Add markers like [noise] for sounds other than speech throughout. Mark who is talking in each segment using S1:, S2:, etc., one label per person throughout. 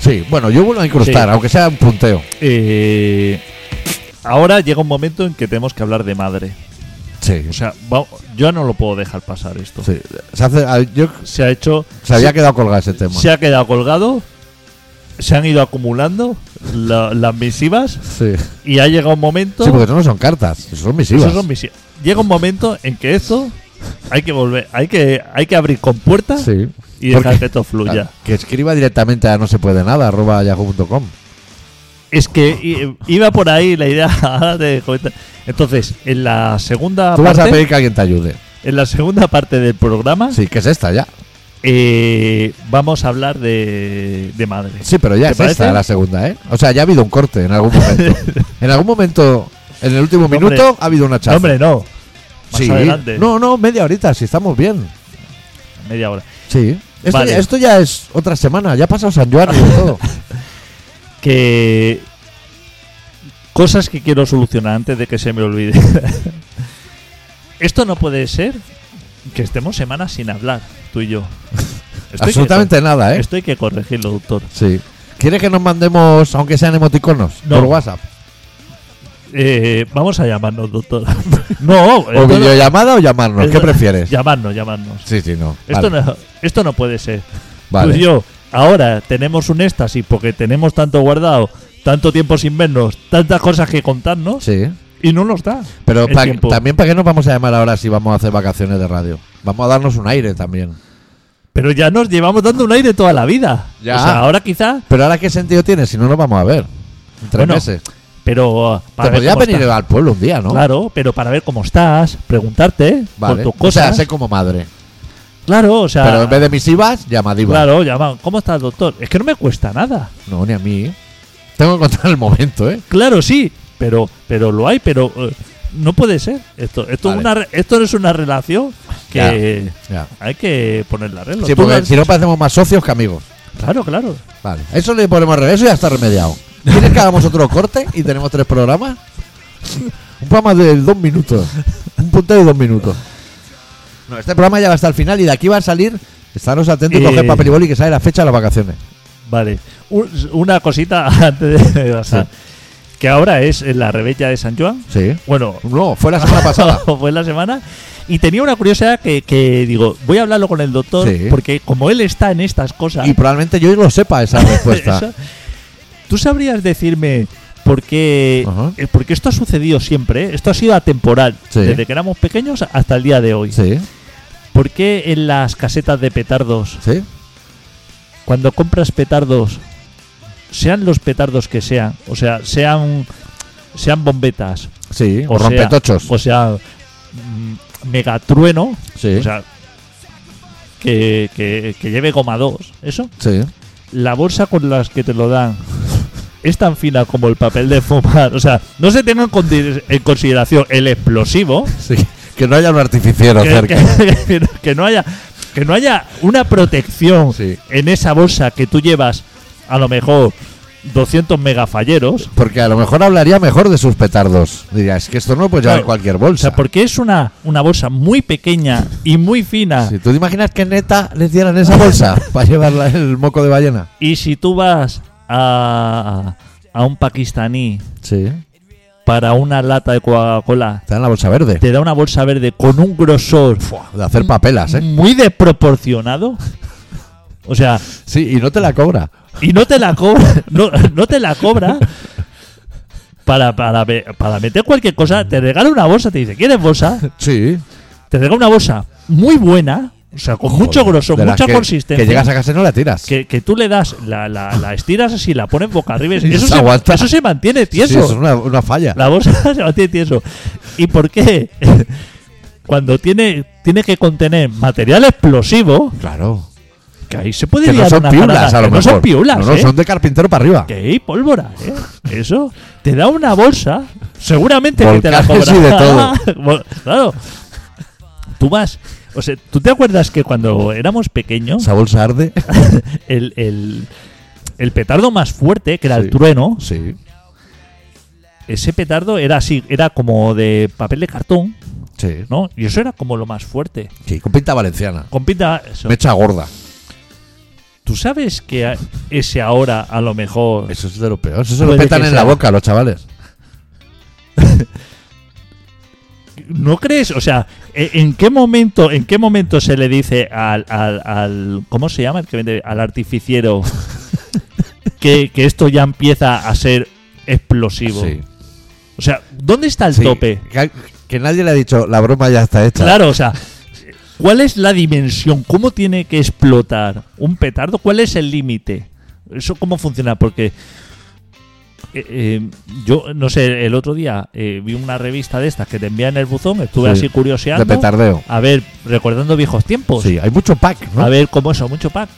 S1: Sí, bueno, yo vuelvo a incrustar,
S2: Sí.
S1: aunque sea un punteo.
S2: Eh, ahora llega un momento en que tenemos que hablar de madre.
S1: Sí,
S2: O sea, va- yo no lo puedo dejar pasar esto.
S1: sí. Se, hace- a- yo-
S2: Se ha hecho.
S1: se había
S2: se-
S1: quedado colgado ese tema.
S2: se ha quedado colgado. Se han ido acumulando la- las misivas
S1: Sí.
S2: y ha llegado un momento.
S1: Sí, porque eso no son cartas, eso son misivas.
S2: Esos son misi- Llega un momento en que esto hay que volver, hay que, hay que abrir con puertas
S1: Sí.
S2: y dejar
S1: Porque-
S2: que esto fluya.
S1: Ah, Que escriba directamente a no se puede nada, arroba yahoo.com.
S2: Es que i- iba por ahí la idea [laughs] ahora de comentar. Entonces, en la segunda
S1: Tú vas a
S2: parte,
S1: pedir que alguien te ayude.
S2: en la segunda parte del programa,
S1: Sí, que es esta ya.
S2: eh, vamos a hablar de, de madre.
S1: Sí, pero ya
S2: ¿Te
S1: es esta
S2: parece?
S1: la segunda, ¿eh? O sea, ya ha habido un corte en algún momento.
S2: [laughs]
S1: en algún momento, en el último
S2: Hombre.
S1: minuto, ha habido una
S2: No,
S1: charla.
S2: hombre, no. Más
S1: sí.
S2: adelante.
S1: No, no, media horita, si estamos bien.
S2: Media hora.
S1: Sí. Esto,
S2: Vale.
S1: ya, esto ya es otra semana, ya ha pasado San Juan y de
S2: [laughs]
S1: todo.
S2: que cosas que quiero solucionar antes de que se me olvide. [laughs] Esto no puede ser que estemos semanas sin hablar,
S1: [laughs]
S2: tú y yo. Esto hay que
S1: Absolutamente
S2: cor-
S1: nada, ¿eh?
S2: Esto hay que corregirlo, doctor.
S1: Sí. ¿Quieres que nos mandemos, aunque sean emoticonos,
S2: No.
S1: por WhatsApp?
S2: Eh, vamos a llamarnos, doctor. [laughs] no,
S1: ¿O
S2: esto no-
S1: videollamada o llamarnos? ¿Qué
S2: esto-
S1: prefieres?
S2: Llamarnos, llamarnos.
S1: Sí, sí, no.
S2: Esto,
S1: Vale,
S2: no, esto no puede ser. Tú
S1: vale.
S2: y Pues yo, ahora tenemos un éxtasis porque tenemos tanto guardado, tanto tiempo sin vernos, tantas cosas que contarnos
S1: Sí.
S2: y no nos da.
S1: Pero
S2: el
S1: pa-
S2: tiempo.
S1: también, ¿para qué nos vamos a llamar ahora si vamos a hacer vacaciones de radio? Vamos a darnos un aire también.
S2: Pero ya nos llevamos dando un aire toda la vida.
S1: Ya.
S2: O sea, ahora quizá.
S1: Pero ahora, ¿qué sentido tiene si no nos vamos a ver? En tres
S2: Bueno,
S1: meses.
S2: Pero. uh,
S1: Te
S2: ver
S1: podrías
S2: cómo
S1: venir
S2: estás.
S1: al pueblo un día, ¿no?
S2: Claro, pero para ver cómo estás, preguntarte
S1: Vale.
S2: por tus
S1: O sea,
S2: cosas.
S1: sé como madre.
S2: Claro, o sea.
S1: Pero en vez de misivas, llamadivas.
S2: Claro, llaman. ¿Cómo estás, doctor? Es que no me cuesta nada.
S1: No, ni a mí. ¿eh? Tengo que encontrar el momento, ¿eh?
S2: Claro, sí, pero, pero lo hay, pero. uh, no puede ser. Esto, esto,
S1: Vale.
S2: es una, re- esto es una relación que.
S1: Ya.
S2: Hay que ponerle arreglo.
S1: Sí,
S2: Tú
S1: porque
S2: no-
S1: si no parecemos más socios que amigos.
S2: Claro, claro.
S1: Vale. Eso le ponemos remedio. Eso ya está remediado. ¿Quieres que hagamos otro corte y tenemos tres programas? [laughs] Un programa de dos minutos. Un punto de dos minutos. No, este programa ya va hasta el final y de aquí va a salir. Estaros atentos,
S2: Eh.
S1: coger papel y boli que sale la fecha de las vacaciones.
S2: Vale. Un- una cosita [laughs] antes de pasar. Que ahora es en la rebella de San Juan.
S1: Sí.
S2: Bueno,
S1: No, fue la semana
S2: [laughs]
S1: pasada.
S2: fue la semana. Y tenía una curiosidad que, que digo, voy a hablarlo con el doctor,
S1: Sí.
S2: porque como él está en estas cosas,
S1: Y probablemente yo lo sepa esa
S2: [laughs]
S1: respuesta.
S2: eso- ¿tú sabrías decirme por qué?
S1: Ajá.
S2: eh, Porque esto ha sucedido siempre, ¿eh? esto ha sido atemporal,
S1: Sí.
S2: desde que éramos pequeños hasta el día de hoy.
S1: Sí,
S2: ¿Por qué en las casetas de petardos,
S1: sí.
S2: cuando compras petardos, sean los petardos que sean, o sea, sean, sean bombetas,
S1: Sí, o
S2: sea- pues,
S1: rompetochos.
S2: o sea, mm, megatrueno,
S1: sí,
S2: O sea, que, que- que lleve goma 2. Eso.
S1: sí.
S2: La bolsa con las que te lo dan es tan fina como el papel de fumar. O sea, no se tenga en, condi- en consideración el explosivo.
S1: Sí, Que no haya un artificiero
S2: Que,
S1: cerca.
S2: que- [laughs] que no haya, que no haya una protección
S1: Sí.
S2: en esa bolsa que tú llevas a lo mejor 200 megafalleros.
S1: Porque a lo mejor hablaría mejor de sus petardos. Diría, es que esto no lo puedes llevar en
S2: Claro.
S1: cualquier
S2: O sea,
S1: bolsa.
S2: porque es una, una bolsa muy pequeña y muy fina.
S1: Si tú te imaginas que neta les dieran esa
S2: [laughs]
S1: bolsa para llevarla el moco de ballena.
S2: Y si tú vas a, a un pakistaní
S1: Sí.
S2: para una lata de Coca-Cola,
S1: Te dan la bolsa verde.
S2: te da una bolsa verde con un grosor
S1: De hacer papelas, ¿eh?
S2: muy desproporcionado. O sea,
S1: Sí, y no te la cobra.
S2: y no te la cobra, [laughs] no, no te la cobra para, para, me- para meter cualquier cosa. Te regala una bolsa, te dice, ¿quieres bolsa?
S1: Sí.
S2: Te regala una bolsa muy buena, o sea, con mucho grosor,
S1: De las
S2: mucha
S1: que-
S2: consistencia.
S1: Que llegas a casa y no la tiras.
S2: que, que tú le das, la, la, la estiras así, la pones boca
S1: [laughs]
S2: arriba.
S1: Y
S2: y Eso
S1: se
S2: se,
S1: aguanta.
S2: eso se mantiene
S1: Sí,
S2: tieso.
S1: eso es una, una falla.
S2: La bolsa [laughs] se mantiene tieso. ¿Y por qué? [laughs] Cuando tiene, tiene que contener material explosivo,
S1: Claro.
S2: que ahí se puede
S1: Que no
S2: liar
S1: son
S2: una
S1: piulas,
S2: jarada,
S1: a lo
S2: que
S1: mejor.
S2: No son piulas,
S1: No, no,
S2: ¿eh?
S1: son de carpintero para arriba.
S2: Que hay pólvora, ¿eh? Eso. Te da una bolsa, seguramente que te la
S1: Volcanes
S2: cobra.
S1: y de todo.
S2: [laughs] Vol- claro. Tú vas... O sea, ¿tú te acuerdas que cuando éramos pequeños,
S1: Esa bolsa arde.
S2: el, el, el petardo más fuerte, que era
S1: Sí.
S2: el trueno,
S1: Sí.
S2: ese petardo era así, era como de papel de cartón,
S1: Sí.
S2: ¿no? Y eso era como lo más fuerte.
S1: Sí, con pinta valenciana.
S2: Con pinta. eso.
S1: Mecha gorda.
S2: ¿Tú sabes que a- ese ahora a lo mejor...
S1: Eso es de lo peor. Eso se lo
S2: Puede
S1: petan
S2: que
S1: en la
S2: sea.
S1: boca los chavales.
S2: ¿No crees? O sea, ¿e- ¿en qué momento, en qué momento se le dice al, al- al- ¿cómo se llama? El que vende- al artificiero [laughs] que, que esto ya empieza a ser explosivo.
S1: Sí.
S2: O sea, ¿dónde está el
S1: Sí.
S2: tope?
S1: Que, que nadie le ha dicho, la broma ya está hecha.
S2: Claro, o sea, ¿cuál es la dimensión? ¿Cómo tiene que explotar un petardo? ¿Cuál es el límite? ¿Eso cómo funciona? Porque eh, eh, yo, no sé, el otro día eh, vi una revista de estas que te envían el buzón, estuve
S1: Sí.
S2: así curioseando.
S1: De petardeo.
S2: A ver, recordando viejos tiempos.
S1: Sí, hay mucho pack, ¿no?
S2: A ver cómo eso, mucho pack.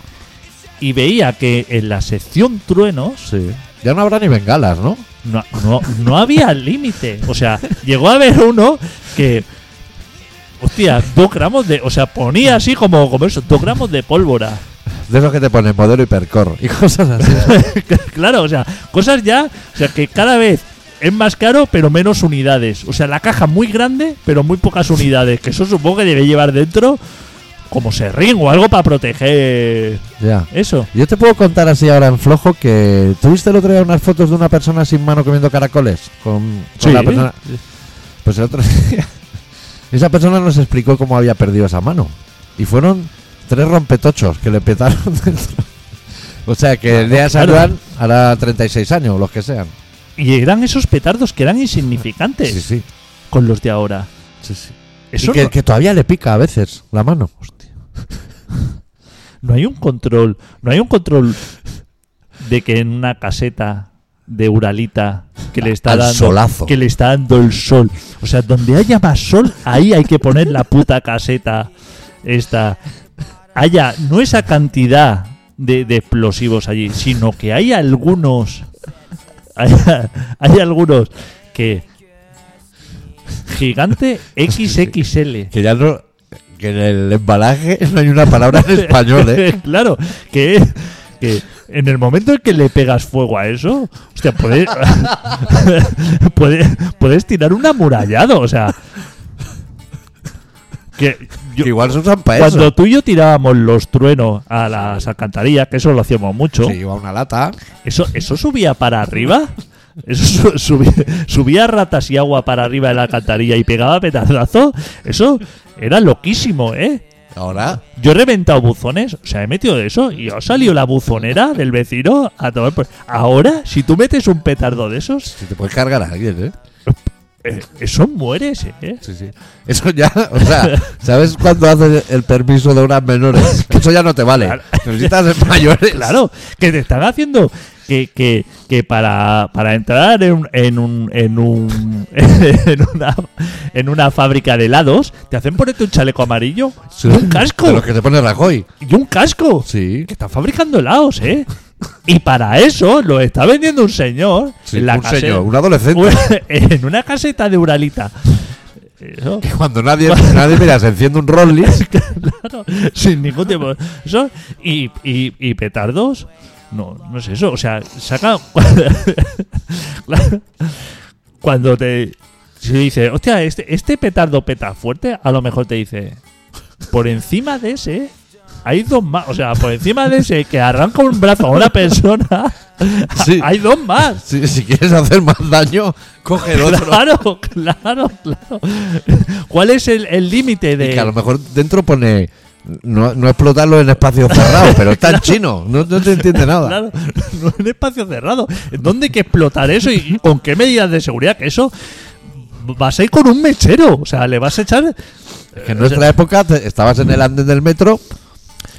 S2: Y veía que en la sección truenos
S1: Sí. Ya no habrá ni bengalas, ¿no?
S2: no, no- no había límite. O sea, llegó a haber uno que. Hostia, dos gramos de. O sea, ponía así como, como eso, dos gramos de pólvora. [laughs]
S1: De esos que te ponen modelo hipercore y [laughs] cosas así.
S2: claro, o sea, cosas ya. O sea, que cada vez es más caro, pero menos unidades. O sea, la caja muy grande, pero muy pocas unidades. Que eso supongo que debe llevar dentro como serrín o algo para proteger
S1: ya.
S2: eso.
S1: Yo te puedo contar así ahora en flojo que tuviste el otro día unas fotos de una persona sin mano comiendo caracoles con, con la persona. Pues el otro [laughs] día esa persona nos explicó cómo había perdido esa mano y fueron tres rompetochos que le petaron [laughs] dentro. O sea que el día de San
S2: claro.
S1: Juan hará 36 años, los que sean.
S2: Y eran esos petardos que eran insignificantes
S1: Sí, sí.
S2: con los de ahora.
S1: sí, sí.
S2: Eso
S1: y que,
S2: no,
S1: que todavía le pica a veces la mano.
S2: no hay un control. No hay un control de que en una caseta de Uralita que le está
S1: Al
S2: dando
S1: solazo.
S2: que le está dando el sol. O sea, donde haya más sol, ahí hay que poner la puta caseta esta. Haya no esa cantidad de, de explosivos allí, sino que hay algunos hay, hay algunos que gigante XXL.
S1: Que ya no. Que en el embalaje [laughs] no hay una palabra en español, [laughs] ¿eh?
S2: [laughs] claro, que, que en el momento en que le pegas fuego a eso, hostia, [laughs] puedes, puedes, puedes tirar un amurallado, o sea. Que yo-
S1: que igual se usan para
S2: cuando
S1: eso.
S2: tú y yo tirábamos los truenos a las alcantarillas, que eso lo hacíamos mucho,
S1: Se lleva una lata.
S2: ¿eso, eso subía para arriba. Eso su- subía, subía ratas y agua para arriba de la alcantarilla y pegaba petardazo. Eso era loquísimo, ¿eh?
S1: Ahora.
S2: Yo he reventado buzones, o sea, he metido de eso y ha salido la buzonera del vecino a tomar por... Ahora, si tú metes un petardo de esos,
S1: Si te puedes cargar a alguien, ¿eh?
S2: eh, eso mueres, ¿eh?
S1: Sí, sí. Eso ya, o
S2: [laughs]
S1: sea, ¿sabes cuando haces el permiso de unas menores? Que eso ya no te vale.
S2: Claro.
S1: Necesitas
S2: [laughs]
S1: de mayores.
S2: Claro, que te están haciendo que, que, que para, para entrar en, un- en un en un [laughs] en una en una fábrica de helados te hacen ponerte un chaleco amarillo
S1: Sí.
S2: y
S1: De
S2: un casco
S1: los que te pone Rajoy.
S2: y un casco
S1: Sí.
S2: que están fabricando helados, ¿eh? Y para eso lo está vendiendo un señor
S1: Sí,
S2: en la
S1: un
S2: case-
S1: señor, un adolescente.
S2: [laughs] en una caseta de Uralita. Eso,
S1: Que cuando
S2: [laughs]
S1: nadie, nadie mira, se enciende un Rollins.
S2: claro, sin ningún tipo. Eso, y, y, y petardos, no, no es eso. O sea, saca. [laughs] Claro, Cuando te. Si dice, hostia, este, este petardo peta fuerte, a lo mejor te dice, por encima de ese. Hay dos más, o sea, por encima de ese que arranca un brazo a una persona,
S1: Sí.
S2: [laughs] hay dos más.
S1: Si, si quieres hacer más daño, coge el otro.
S2: Claro, claro, claro. ¿Cuál es el el límite
S1: Y que a lo
S2: de.?
S1: mejor dentro pone. No, no explotarlo en espacios cerrados, pero está
S2: [laughs]
S1: en chino. No, no te entiende nada.
S2: Claro, [laughs] no en espacio cerrado. ¿Dónde hay que explotar eso y con qué medidas de seguridad? Que eso. Vas a ir con un mechero. O sea, le vas a echar.
S1: Que en nuestra época te- estabas en el andén del metro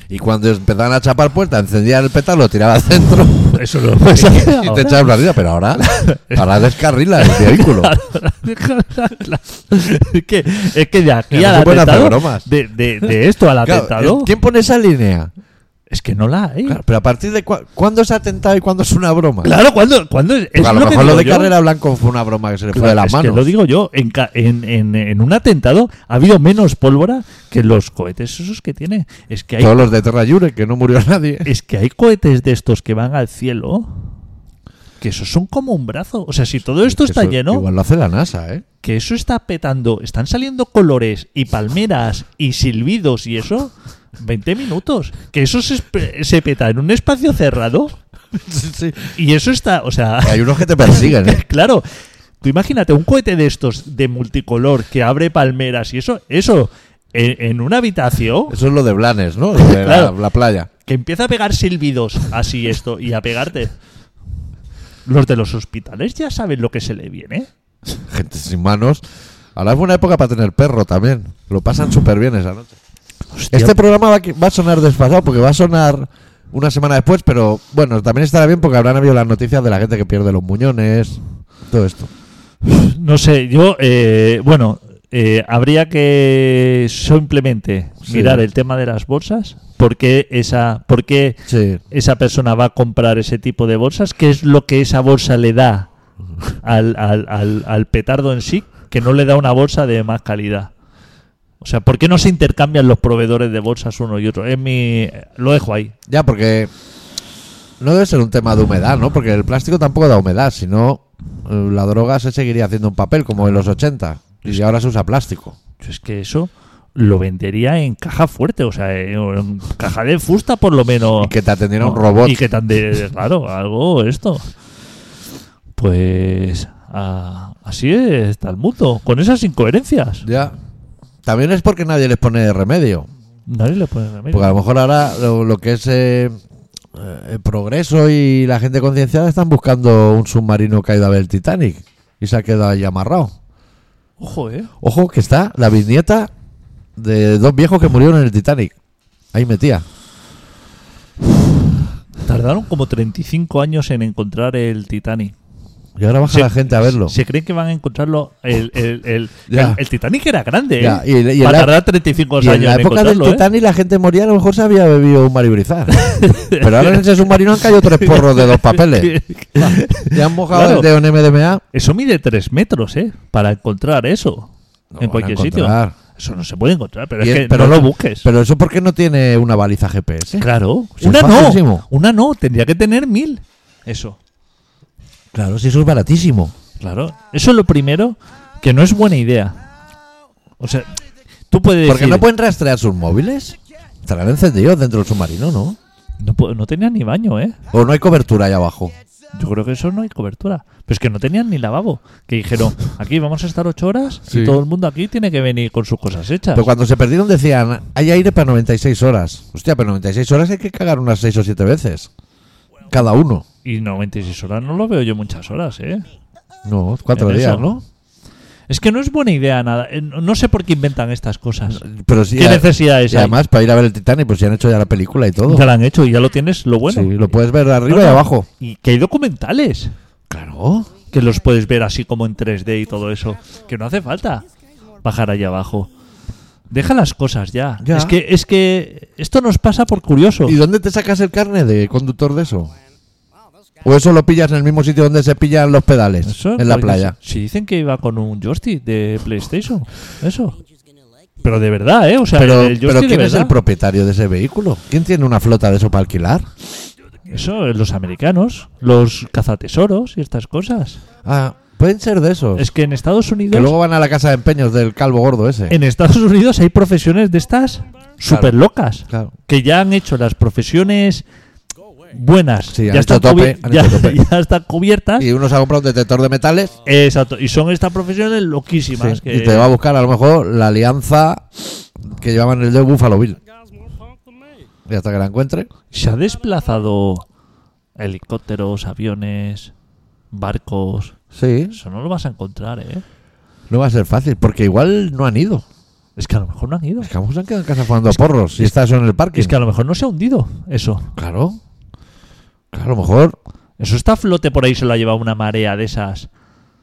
S1: y cuando empezaban a chapar puertas, encendían el petardo, lo tiraba al centro
S2: [laughs] Eso no lo puedes
S1: [laughs]
S2: hacer
S1: y te
S2: ahora. [laughs]
S1: echaban la vida. Pero ahora, ahora descarrila el vehículo.
S2: es, que, es que de aquí
S1: Que no
S2: al
S1: se pueden hacer
S2: atentado.
S1: bromas.
S2: De, de- de esto al
S1: Claro, ¿eh?
S2: atentado.
S1: ¿Quién pone esa línea?
S2: es que no la
S1: Claro,
S2: hay. Claro,
S1: pero a partir de cua- cuándo es atentado y cuándo es una broma.
S2: cuando. cuando es,
S1: Porque a
S2: es
S1: lo,
S2: que
S1: mejor lo
S2: digo
S1: de
S2: yo.
S1: Carrera Blanco fue una broma que se le fue
S2: Claro,
S1: de las
S2: es
S1: manos.
S2: que lo digo yo, en, ca- en, en- en un atentado ha habido menos pólvora que los cohetes esos que tiene. Es que hay,
S1: Todos los de Terra Jure, que no murió nadie.
S2: es que hay cohetes de estos que van al cielo, que esos son como un brazo. O sea, si todo esto está
S1: Eso
S2: lleno,
S1: Igual lo hace la NASA,
S2: [laughs]
S1: ¿eh?
S2: que eso está petando, están saliendo colores y palmeras y silbidos y eso, 20 minutos. Que eso se, espe- se peta en un espacio cerrado.
S1: Sí.
S2: Y eso está,
S1: [laughs]
S2: o sea,
S1: Hay unos que te persiguen,
S2: [laughs]
S1: ¿eh?
S2: claro. Tú imagínate un cohete de estos de multicolor que abre palmeras y eso, eso en, en una habitación
S1: Eso es lo de Blanes, ¿no? Lo de la-
S2: Claro.
S1: la, playa.
S2: que empieza a pegar silbidos así esto y a pegarte. Los de los hospitales ya saben lo que se le viene.
S1: Gente sin manos. Ahora es buena época para tener perro también. Lo pasan súper bien esa noche.
S2: Mm. Hostia,
S1: Este programa va, que- va a sonar desfasado porque va a sonar una semana después, pero bueno, también estará bien porque habrán habido las noticias de la gente que pierde los muñones, todo esto. pues-
S2: No sé, yo, eh, bueno, eh, habría que simplemente
S1: Sí.
S2: mirar el tema de las bolsas. ¿Por qué esa, por qué
S1: Sí.
S2: esa persona va a comprar ese tipo de bolsas? ¿Qué es lo que esa bolsa le da al, al- al- al petardo en sí que no le da una bolsa de más calidad? O sea, ¿por qué no se intercambian los proveedores de bolsas uno y otro? Es mi, lo dejo ahí.
S1: Ya, porque no debe ser un tema de humedad, ¿no? Porque el plástico tampoco da humedad, sino eh, la droga se seguiría haciendo un papel como en los 80 y ahora se usa plástico.
S2: Yo es que eso lo vendería en caja fuerte, o sea, en caja de fusta por lo menos.
S1: Y que te atendiera un robot.
S2: Oh. Y que tan de. Claro, algo esto. Pues. ah, así está el mundo. Con esas incoherencias.
S1: Ya. También es porque nadie les pone remedio.
S2: Nadie le pone remedio.
S1: Porque a lo mejor ahora lo, lo que es eh, eh, el progreso y la gente concienciada están buscando un submarino caído a ver el Titanic y se ha quedado ahí amarrado.
S2: Ojo, eh.
S1: Ojo que está la bisnieta de dos viejos que murieron en el Titanic. Ahí metía.
S2: Tardaron como 35 años en encontrar el Titanic.
S1: Y ahora baja
S2: Se-
S1: la gente a verlo.
S2: Se creen que van a encontrarlo. El, el, el,
S1: [laughs] Ya.
S2: el- el Titanic era grande, ¿eh?
S1: Ya, y- y en
S2: Para
S1: la-
S2: tardar 35
S1: Y
S2: años
S1: en la época del
S2: encontrarlo, ¿eh?
S1: Titanic la gente moría, a lo mejor se había bebido un maribrizar.
S2: [laughs]
S1: Pero ahora en ese submarino han caído tres porros de dos
S2: [laughs]
S1: papeles. Te han mojado
S2: Claro.
S1: el dedo en MDMA.
S2: eh. Eso mide 3 metros, ¿eh? Para encontrar eso.
S1: No lo van
S2: en
S1: a
S2: cualquier sitio.
S1: encontrar.
S2: Eso no se puede encontrar, pero
S1: Y
S2: es
S1: es-
S2: que
S1: pero-
S2: no lo busques.
S1: Pero eso porque no tiene una baliza GPS.
S2: Claro.
S1: Sí,
S2: una
S1: es
S2: no.
S1: facilísimo.
S2: Una no. Tendría que tener mil. Eso.
S1: Claro, si eso es baratísimo.
S2: Claro. Eso es lo primero que no es buena idea. O sea, tú puedes
S1: Porque
S2: decir...
S1: no pueden rastrear sus móviles. Estarán encendidos dentro del submarino, ¿no?
S2: no, pu- no tenían ni baño, ¿eh?
S1: O no hay cobertura ahí abajo.
S2: Yo creo que eso no hay cobertura. Pero es que no tenían ni lavabo.
S1: [laughs]
S2: Que dijeron, aquí vamos a estar ocho horas y
S1: Sí.
S2: todo el mundo aquí tiene que venir con sus cosas hechas.
S1: Pero cuando se perdieron decían, hay aire para 96 horas. Hostia, pero 96 horas hay que cagar unas 6 o 7 veces. Cada uno.
S2: Y 96 horas no lo veo yo muchas horas, ¿eh?
S1: No, cuatro
S2: En
S1: días,
S2: eso.
S1: ¿no?
S2: Es que no es buena idea nada. Eh, No no sé por qué inventan estas cosas.
S1: Pero si
S2: ¿Qué necesidad es
S1: y
S2: ahí?
S1: además, para ir a ver el Titanic, pues si han hecho ya la película y todo.
S2: Ya la han hecho y ya lo tienes, lo bueno.
S1: Sí, lo puedes ver arriba
S2: No,
S1: y
S2: no.
S1: abajo.
S2: Y que hay documentales
S1: Claro.
S2: que los puedes ver así como en 3D y todo eso. Que no hace falta bajar allá abajo. Deja las cosas ya.
S1: Ya.
S2: Es que es que esto nos pasa por curioso.
S1: ¿Y dónde te sacas el carne de conductor de eso? ¿O eso lo pillas en el mismo sitio donde se pillan los pedales?
S2: Eso,
S1: en la
S2: porque
S1: playa.
S2: Si dicen que iba con un joystick de PlayStation, eso. Pero de verdad, ¿eh? O sea,
S1: Pero,
S2: el joystick
S1: pero
S2: de
S1: ¿quién es
S2: verdad.
S1: el propietario de ese vehículo? ¿Quién tiene una flota de eso para alquilar?
S2: Eso, eh, los americanos, los cazatesoros y estas cosas.
S1: Ah, pueden ser de esos.
S2: Es que en Estados Unidos,
S1: que luego van a la casa de empeños del calvo gordo ese.
S2: en Estados Unidos hay profesiones de estas súper locas.
S1: Claro.
S2: que ya han hecho las profesiones buenas,
S1: Sí, han
S2: ya,
S1: hecho
S2: están
S1: tope,
S2: cubi-
S1: han
S2: ya-
S1: hecho tope.
S2: [laughs] ya están cubiertas.
S1: Y uno se ha comprado un detector de metales
S2: Exacto, y son estas profesiones loquísimas.
S1: sí,
S2: que-
S1: y te va a buscar a lo mejor la alianza que llevaban el de Buffalo Bill. Y hasta que la encuentre.
S2: Se ha desplazado helicópteros, aviones, barcos.
S1: Sí,
S2: Eso no lo vas a encontrar, ¿eh?
S1: no va a ser fácil, porque igual no han ido.
S2: Es que a lo mejor no han ido.
S1: Es que a lo mejor se han quedado en casa jugando a porros y está eso en el parque.
S2: Es que a lo mejor no se ha hundido eso.
S1: Claro. Claro, a lo mejor.
S2: Eso está a flote por ahí, se lo ha llevado una marea de esas.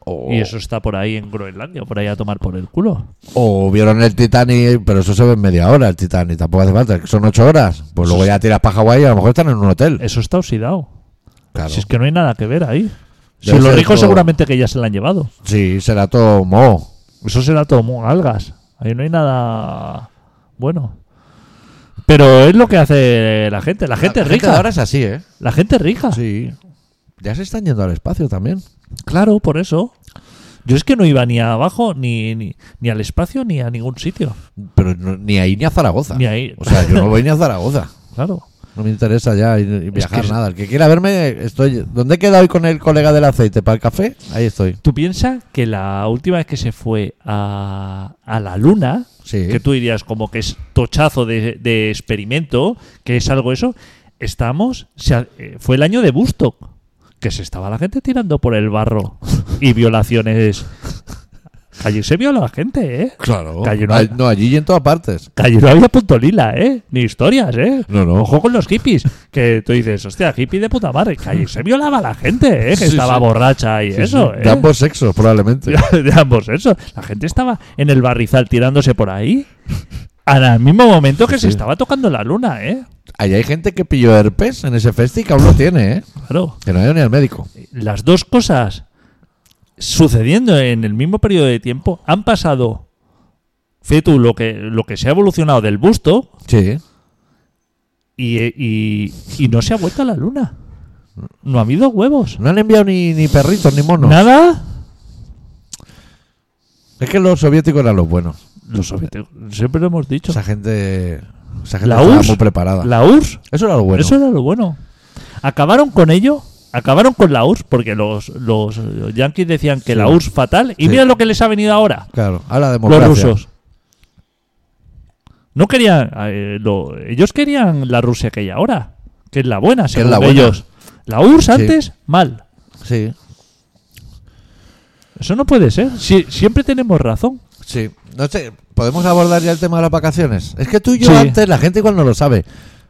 S1: O,
S2: Y eso está por ahí en Groenlandia, por ahí a tomar por el culo.
S1: o vieron el Titanic, pero eso se ve en media hora el Titanic, tampoco hace falta, que son ocho horas. Pues luego ya tiras para Hawái y a lo mejor están en un hotel.
S2: Eso está oxidado.
S1: Claro.
S2: Si Eh, es que no hay nada que ver ahí. Si
S1: Debe
S2: los
S1: ser
S2: ricos
S1: todo-
S2: seguramente que ya se la han llevado.
S1: Sí, será todo moho.
S2: Eso será todo mu- algas. Ahí no hay nada bueno. Pero es lo que hace la gente. La gente
S1: La
S2: es rica.
S1: de ahora es así, ¿eh?
S2: La gente es rica.
S1: Sí. Ya se están yendo al espacio también.
S2: Claro, por eso. Yo es que no iba ni abajo, ni, ni, ni al espacio, ni a ningún sitio.
S1: Pero no- ni ahí ni a Zaragoza.
S2: Ni ahí.
S1: O sea, yo no voy ni a Zaragoza.
S2: Claro.
S1: No me interesa ya ir- ir viajar
S2: que-
S1: nada. El que quiera verme, estoy. ¿Dónde he quedado hoy con el colega del aceite para el café? Ahí estoy.
S2: Tú piensas que la última vez que se fue a, a la luna,
S1: Sí.
S2: que tú dirías como que es tochazo de, de experimento, que es algo eso, estamos, se ha- eh, fue el año de Bustock, que se estaba la gente tirando por el barro y violaciones. Allí se viola la gente, ¿eh?
S1: Claro.
S2: Calle no-
S1: Ay, no, allí y en todas partes.
S2: Que allí no había punto lila, ¿eh? Ni historias, ¿eh?
S1: No, no.
S2: Ojo con los hippies, que tú dices, hostia, hippie de puta madre. Que allí se violaba la gente, ¿eh? Que
S1: Sí,
S2: estaba
S1: sí.
S2: borracha y
S1: Sí,
S2: eso,
S1: sí.
S2: ¿eh?
S1: De ambos sexos,
S2: [laughs]
S1: probablemente.
S2: de ambos eso. La gente estaba en el barrizal tirándose por ahí. Al mismo momento que se
S1: Sí.
S2: estaba tocando la luna, ¿eh?
S1: Allí hay gente que pilló herpes en ese festi que aún lo tiene, ¿eh?
S2: Claro.
S1: Que no ha ido ni al médico.
S2: Las dos cosas sucediendo en el mismo periodo de tiempo han pasado. Fíjate tú, lo que, lo que se ha evolucionado del busto
S1: Sí.
S2: y, y- y no se ha vuelto a la luna. No ha habido huevos.
S1: No han enviado ni, ni perritos ni monos.
S2: Nada.
S1: Es que los soviéticos eran los buenos.
S2: Los soviéticos, siempre lo hemos dicho.
S1: Esa gente. Esa gente
S2: La
S1: estaba
S2: URSS,
S1: muy preparada.
S2: La URSS
S1: Eso era lo bueno.
S2: Eso era lo bueno. Acabaron con ello, acabaron con la URSS, porque los, los eh, yanquis decían que
S1: Sí.
S2: la URSS fatal. Y
S1: Sí.
S2: mira lo que les ha venido ahora,
S1: Claro. Ahora la
S2: los
S1: democracia.
S2: rusos. No querían. eh, lo- ellos querían la Rusia que hay ahora, que es la buena, según
S1: la buena.
S2: ellos. La URSS
S1: Sí.
S2: antes, mal.
S1: Sí.
S2: Eso no puede ser. Si- siempre tenemos razón.
S1: Sí, no sé, ¿podemos abordar ya el tema de las vacaciones? Es que tú y yo
S2: Sí.
S1: antes, la gente igual no lo sabe.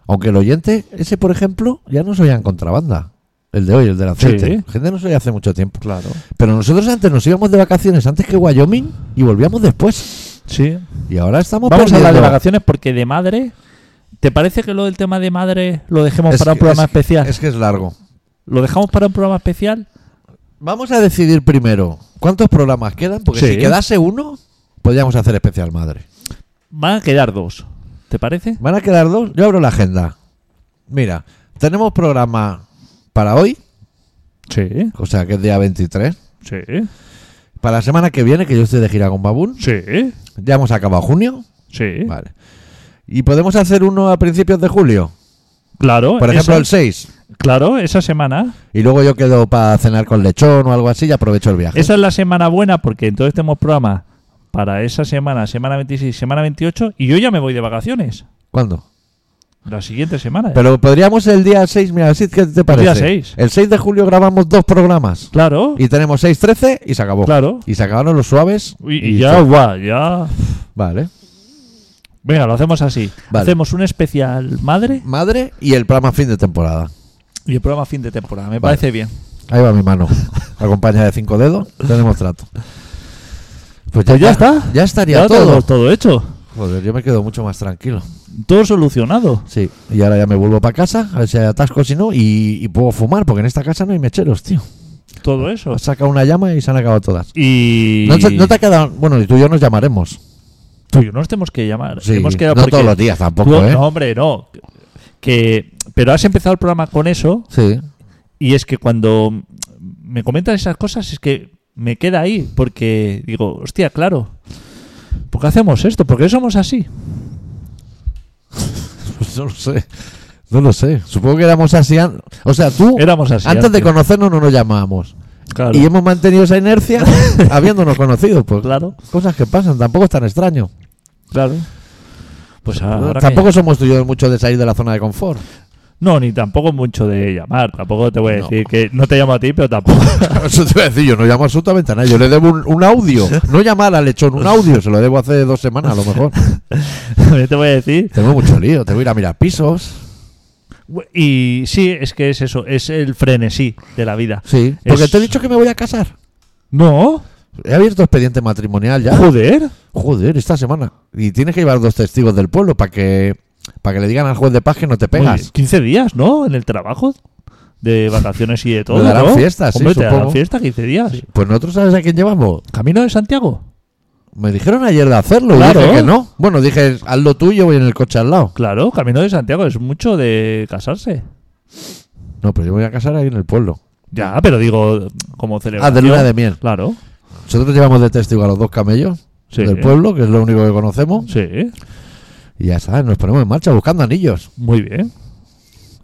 S1: Aunque el oyente, ese por ejemplo, ya nos oía en contrabanda. El de hoy, el del aceite.
S2: Sí.
S1: La gente nos oía hace mucho tiempo.
S2: Claro.
S1: Pero nosotros antes nos íbamos de vacaciones antes que Wyoming y volvíamos después.
S2: Sí.
S1: Y ahora estamos
S2: Vamos a
S1: perdiendo-
S2: hablar de vacaciones porque de madre. ¿Te parece que lo del tema de madre lo dejemos
S1: Es
S2: para un
S1: que-
S2: programa
S1: es que-
S2: especial?
S1: Es que es largo.
S2: ¿Lo dejamos para un programa especial?
S1: Vamos a decidir primero cuántos programas quedan, porque
S2: Sí.
S1: si quedase uno, podríamos hacer especial madre.
S2: Van a quedar dos. ¿Te parece?
S1: Van a quedar dos. Yo abro la agenda. Mira, tenemos programa para hoy,
S2: Sí,
S1: O sea, que es día 23.
S2: sí,
S1: Para la semana que viene, que yo estoy de gira con Babún,
S2: sí,
S1: ya hemos acabado junio.
S2: sí.
S1: Vale. Y podemos hacer uno a principios de julio.
S2: Claro,
S1: Por ejemplo,
S2: esa,
S1: el 6.
S2: claro, esa semana.
S1: Y luego yo quedo para cenar con lechón o algo así y aprovecho el viaje.
S2: Esa es la semana buena porque entonces tenemos programa para esa semana, semana 26, semana 28 y yo ya me voy de vacaciones.
S1: ¿Cuándo?
S2: La siguiente semana. ¿eh?
S1: Pero podríamos el día 6, mira, así que te parece.
S2: día 6.
S1: El 6 de julio grabamos dos programas.
S2: claro,
S1: Y tenemos 6, 13 y se acabó.
S2: claro.
S1: Y se acabaron los suaves.
S2: Y, y ya,
S1: todo.
S2: guau, ya.
S1: Vale.
S2: Venga, lo hacemos así.
S1: Vale.
S2: Hacemos un especial madre
S1: Madre y el programa fin de temporada.
S2: y el programa fin de temporada. Me
S1: Vale.
S2: parece bien.
S1: Ahí va mi mano. Acompaña de cinco dedos. Tenemos trato. Pues
S2: Pues ya está.
S1: Ya estaría
S2: Ya
S1: todo.
S2: tenemos todo hecho.
S1: Joder, yo me quedo mucho más tranquilo.
S2: Todo solucionado.
S1: Sí. Y ahora ya me vuelvo para casa, a ver si hay atasco, si no, y, y puedo fumar, porque en esta casa no hay mecheros, tío.
S2: Todo eso.
S1: Has sacado una llama y se han acabado todas.
S2: Y.
S1: Pues No, te- no te ha quedado. Bueno, y tú y yo nos llamaremos.
S2: Tú y yo nos tenemos que llamar.
S1: Sí.
S2: Hemos quedado
S1: no
S2: porque
S1: todos los días tampoco,
S2: tú-
S1: ¿eh?
S2: No, hombre, no. Que, pero has empezado el programa con eso
S1: Sí.
S2: y es que cuando me comentan esas cosas es que me queda ahí porque digo, hostia, claro. ¿Por qué hacemos esto? ¿Por qué somos así?
S1: [laughs] Pues no lo sé. No lo sé. Supongo que éramos así. an- O sea, tú,
S2: Éramos así.
S1: antes de conocernos, no nos llamábamos.
S2: Claro.
S1: Y hemos mantenido esa inercia
S2: [laughs]
S1: [laughs] habiéndonos conocido. Pues,
S2: Claro,
S1: Cosas que pasan, tampoco es tan extraño.
S2: claro. Pues ahora
S1: tampoco
S2: que-
S1: somos tú y yo mucho de salir de la zona de
S2: [laughs]
S1: confort.
S2: No, ni tampoco mucho de llamar. Tampoco te voy a
S1: No.
S2: decir que no te llamo a ti, pero tampoco. [laughs]
S1: Eso te iba a decir, yo no llamo absolutamente a nadie. Yo le debo un, un audio. No llamar al lechón, un audio. Se lo debo hace dos semanas a lo mejor.
S2: también te voy a decir
S1: Tengo mucho lío, tengo que ir a mirar pisos.
S2: Y sí, es que es eso, es el frenesí de la vida.
S1: Sí. Porque
S2: Es-
S1: te he dicho que me voy a casar.
S2: No,
S1: He abierto expediente matrimonial ya.
S2: joder.
S1: Joder, esta semana. Y tienes que llevar dos testigos del pueblo para que, para que le digan al juez de paz que no te
S2: Oye,
S1: pegas.
S2: 15 Pues días, ¿no? En el trabajo, de vacaciones y de todo.
S1: Me darán
S2: ¿no?
S1: fiesta, sí,
S2: Hombre, te darán
S1: supongo.
S2: fiesta 15 días.
S1: Pues nosotros, ¿sabes a quién llevamos?
S2: Camino de Santiago.
S1: Me dijeron ayer de hacerlo. y
S2: Claro.
S1: dije que no. Bueno, dije, hazlo tú y yo voy en el coche al lado.
S2: Claro, Camino de Santiago es mucho de casarse.
S1: No, pero yo me voy a casar ahí en el pueblo.
S2: Ya, pero digo, como
S1: Ah,
S2: celebración.
S1: de luna de miel.
S2: Claro.
S1: Nosotros llevamos de testigo a los dos camellos
S2: Sí.
S1: del pueblo, que es lo único que conocemos.
S2: Sí,
S1: Y ya sabes, nos ponemos en marcha buscando anillos.
S2: muy bien.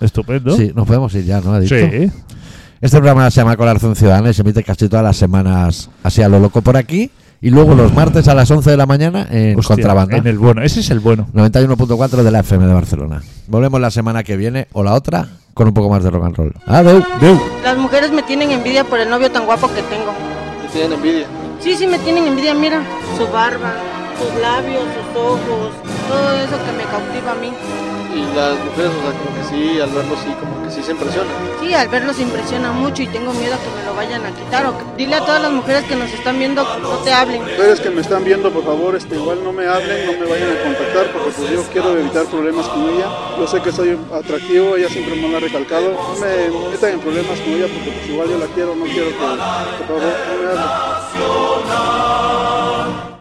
S2: Estupendo.
S1: Sí, nos podemos ir ya, ¿no? Adicto?
S2: Sí.
S1: Este programa se llama Corazón Ciudadano y se emite casi todas las semanas así a lo loco por aquí. Y luego los martes a las 11 de la mañana en
S2: Hostia,
S1: Contrabanda.
S2: En el bueno. Ese es el bueno.
S1: 91.4 de la FM de Barcelona. Volvemos la semana que viene o la otra con un poco más de rock and roll. Adeu.
S2: Deu.
S3: Las mujeres me tienen envidia por el novio tan guapo que tengo.
S4: Te tienen envidia.
S3: Sí, sí, me tienen envidia, mira. Su barba, sus labios, sus ojos, todo eso que me cautiva a mí.
S4: Y las mujeres, o sea, como que sí, al verlo sí, como que sí se impresionan.
S3: Sí, al verlos impresiona mucho y tengo miedo a que me lo vayan a quitar. O que- Dile a todas las mujeres que nos están viendo que no te hablen.
S4: Mujeres que me están viendo, por favor, este, igual no me hablen, no me vayan a contactar, porque pues yo quiero evitar problemas con ella. Yo sé que soy atractivo, ella siempre me lo ha recalcado. No me metan en problemas con ella, porque pues igual yo la quiero, no quiero que, por favor, no me hablen.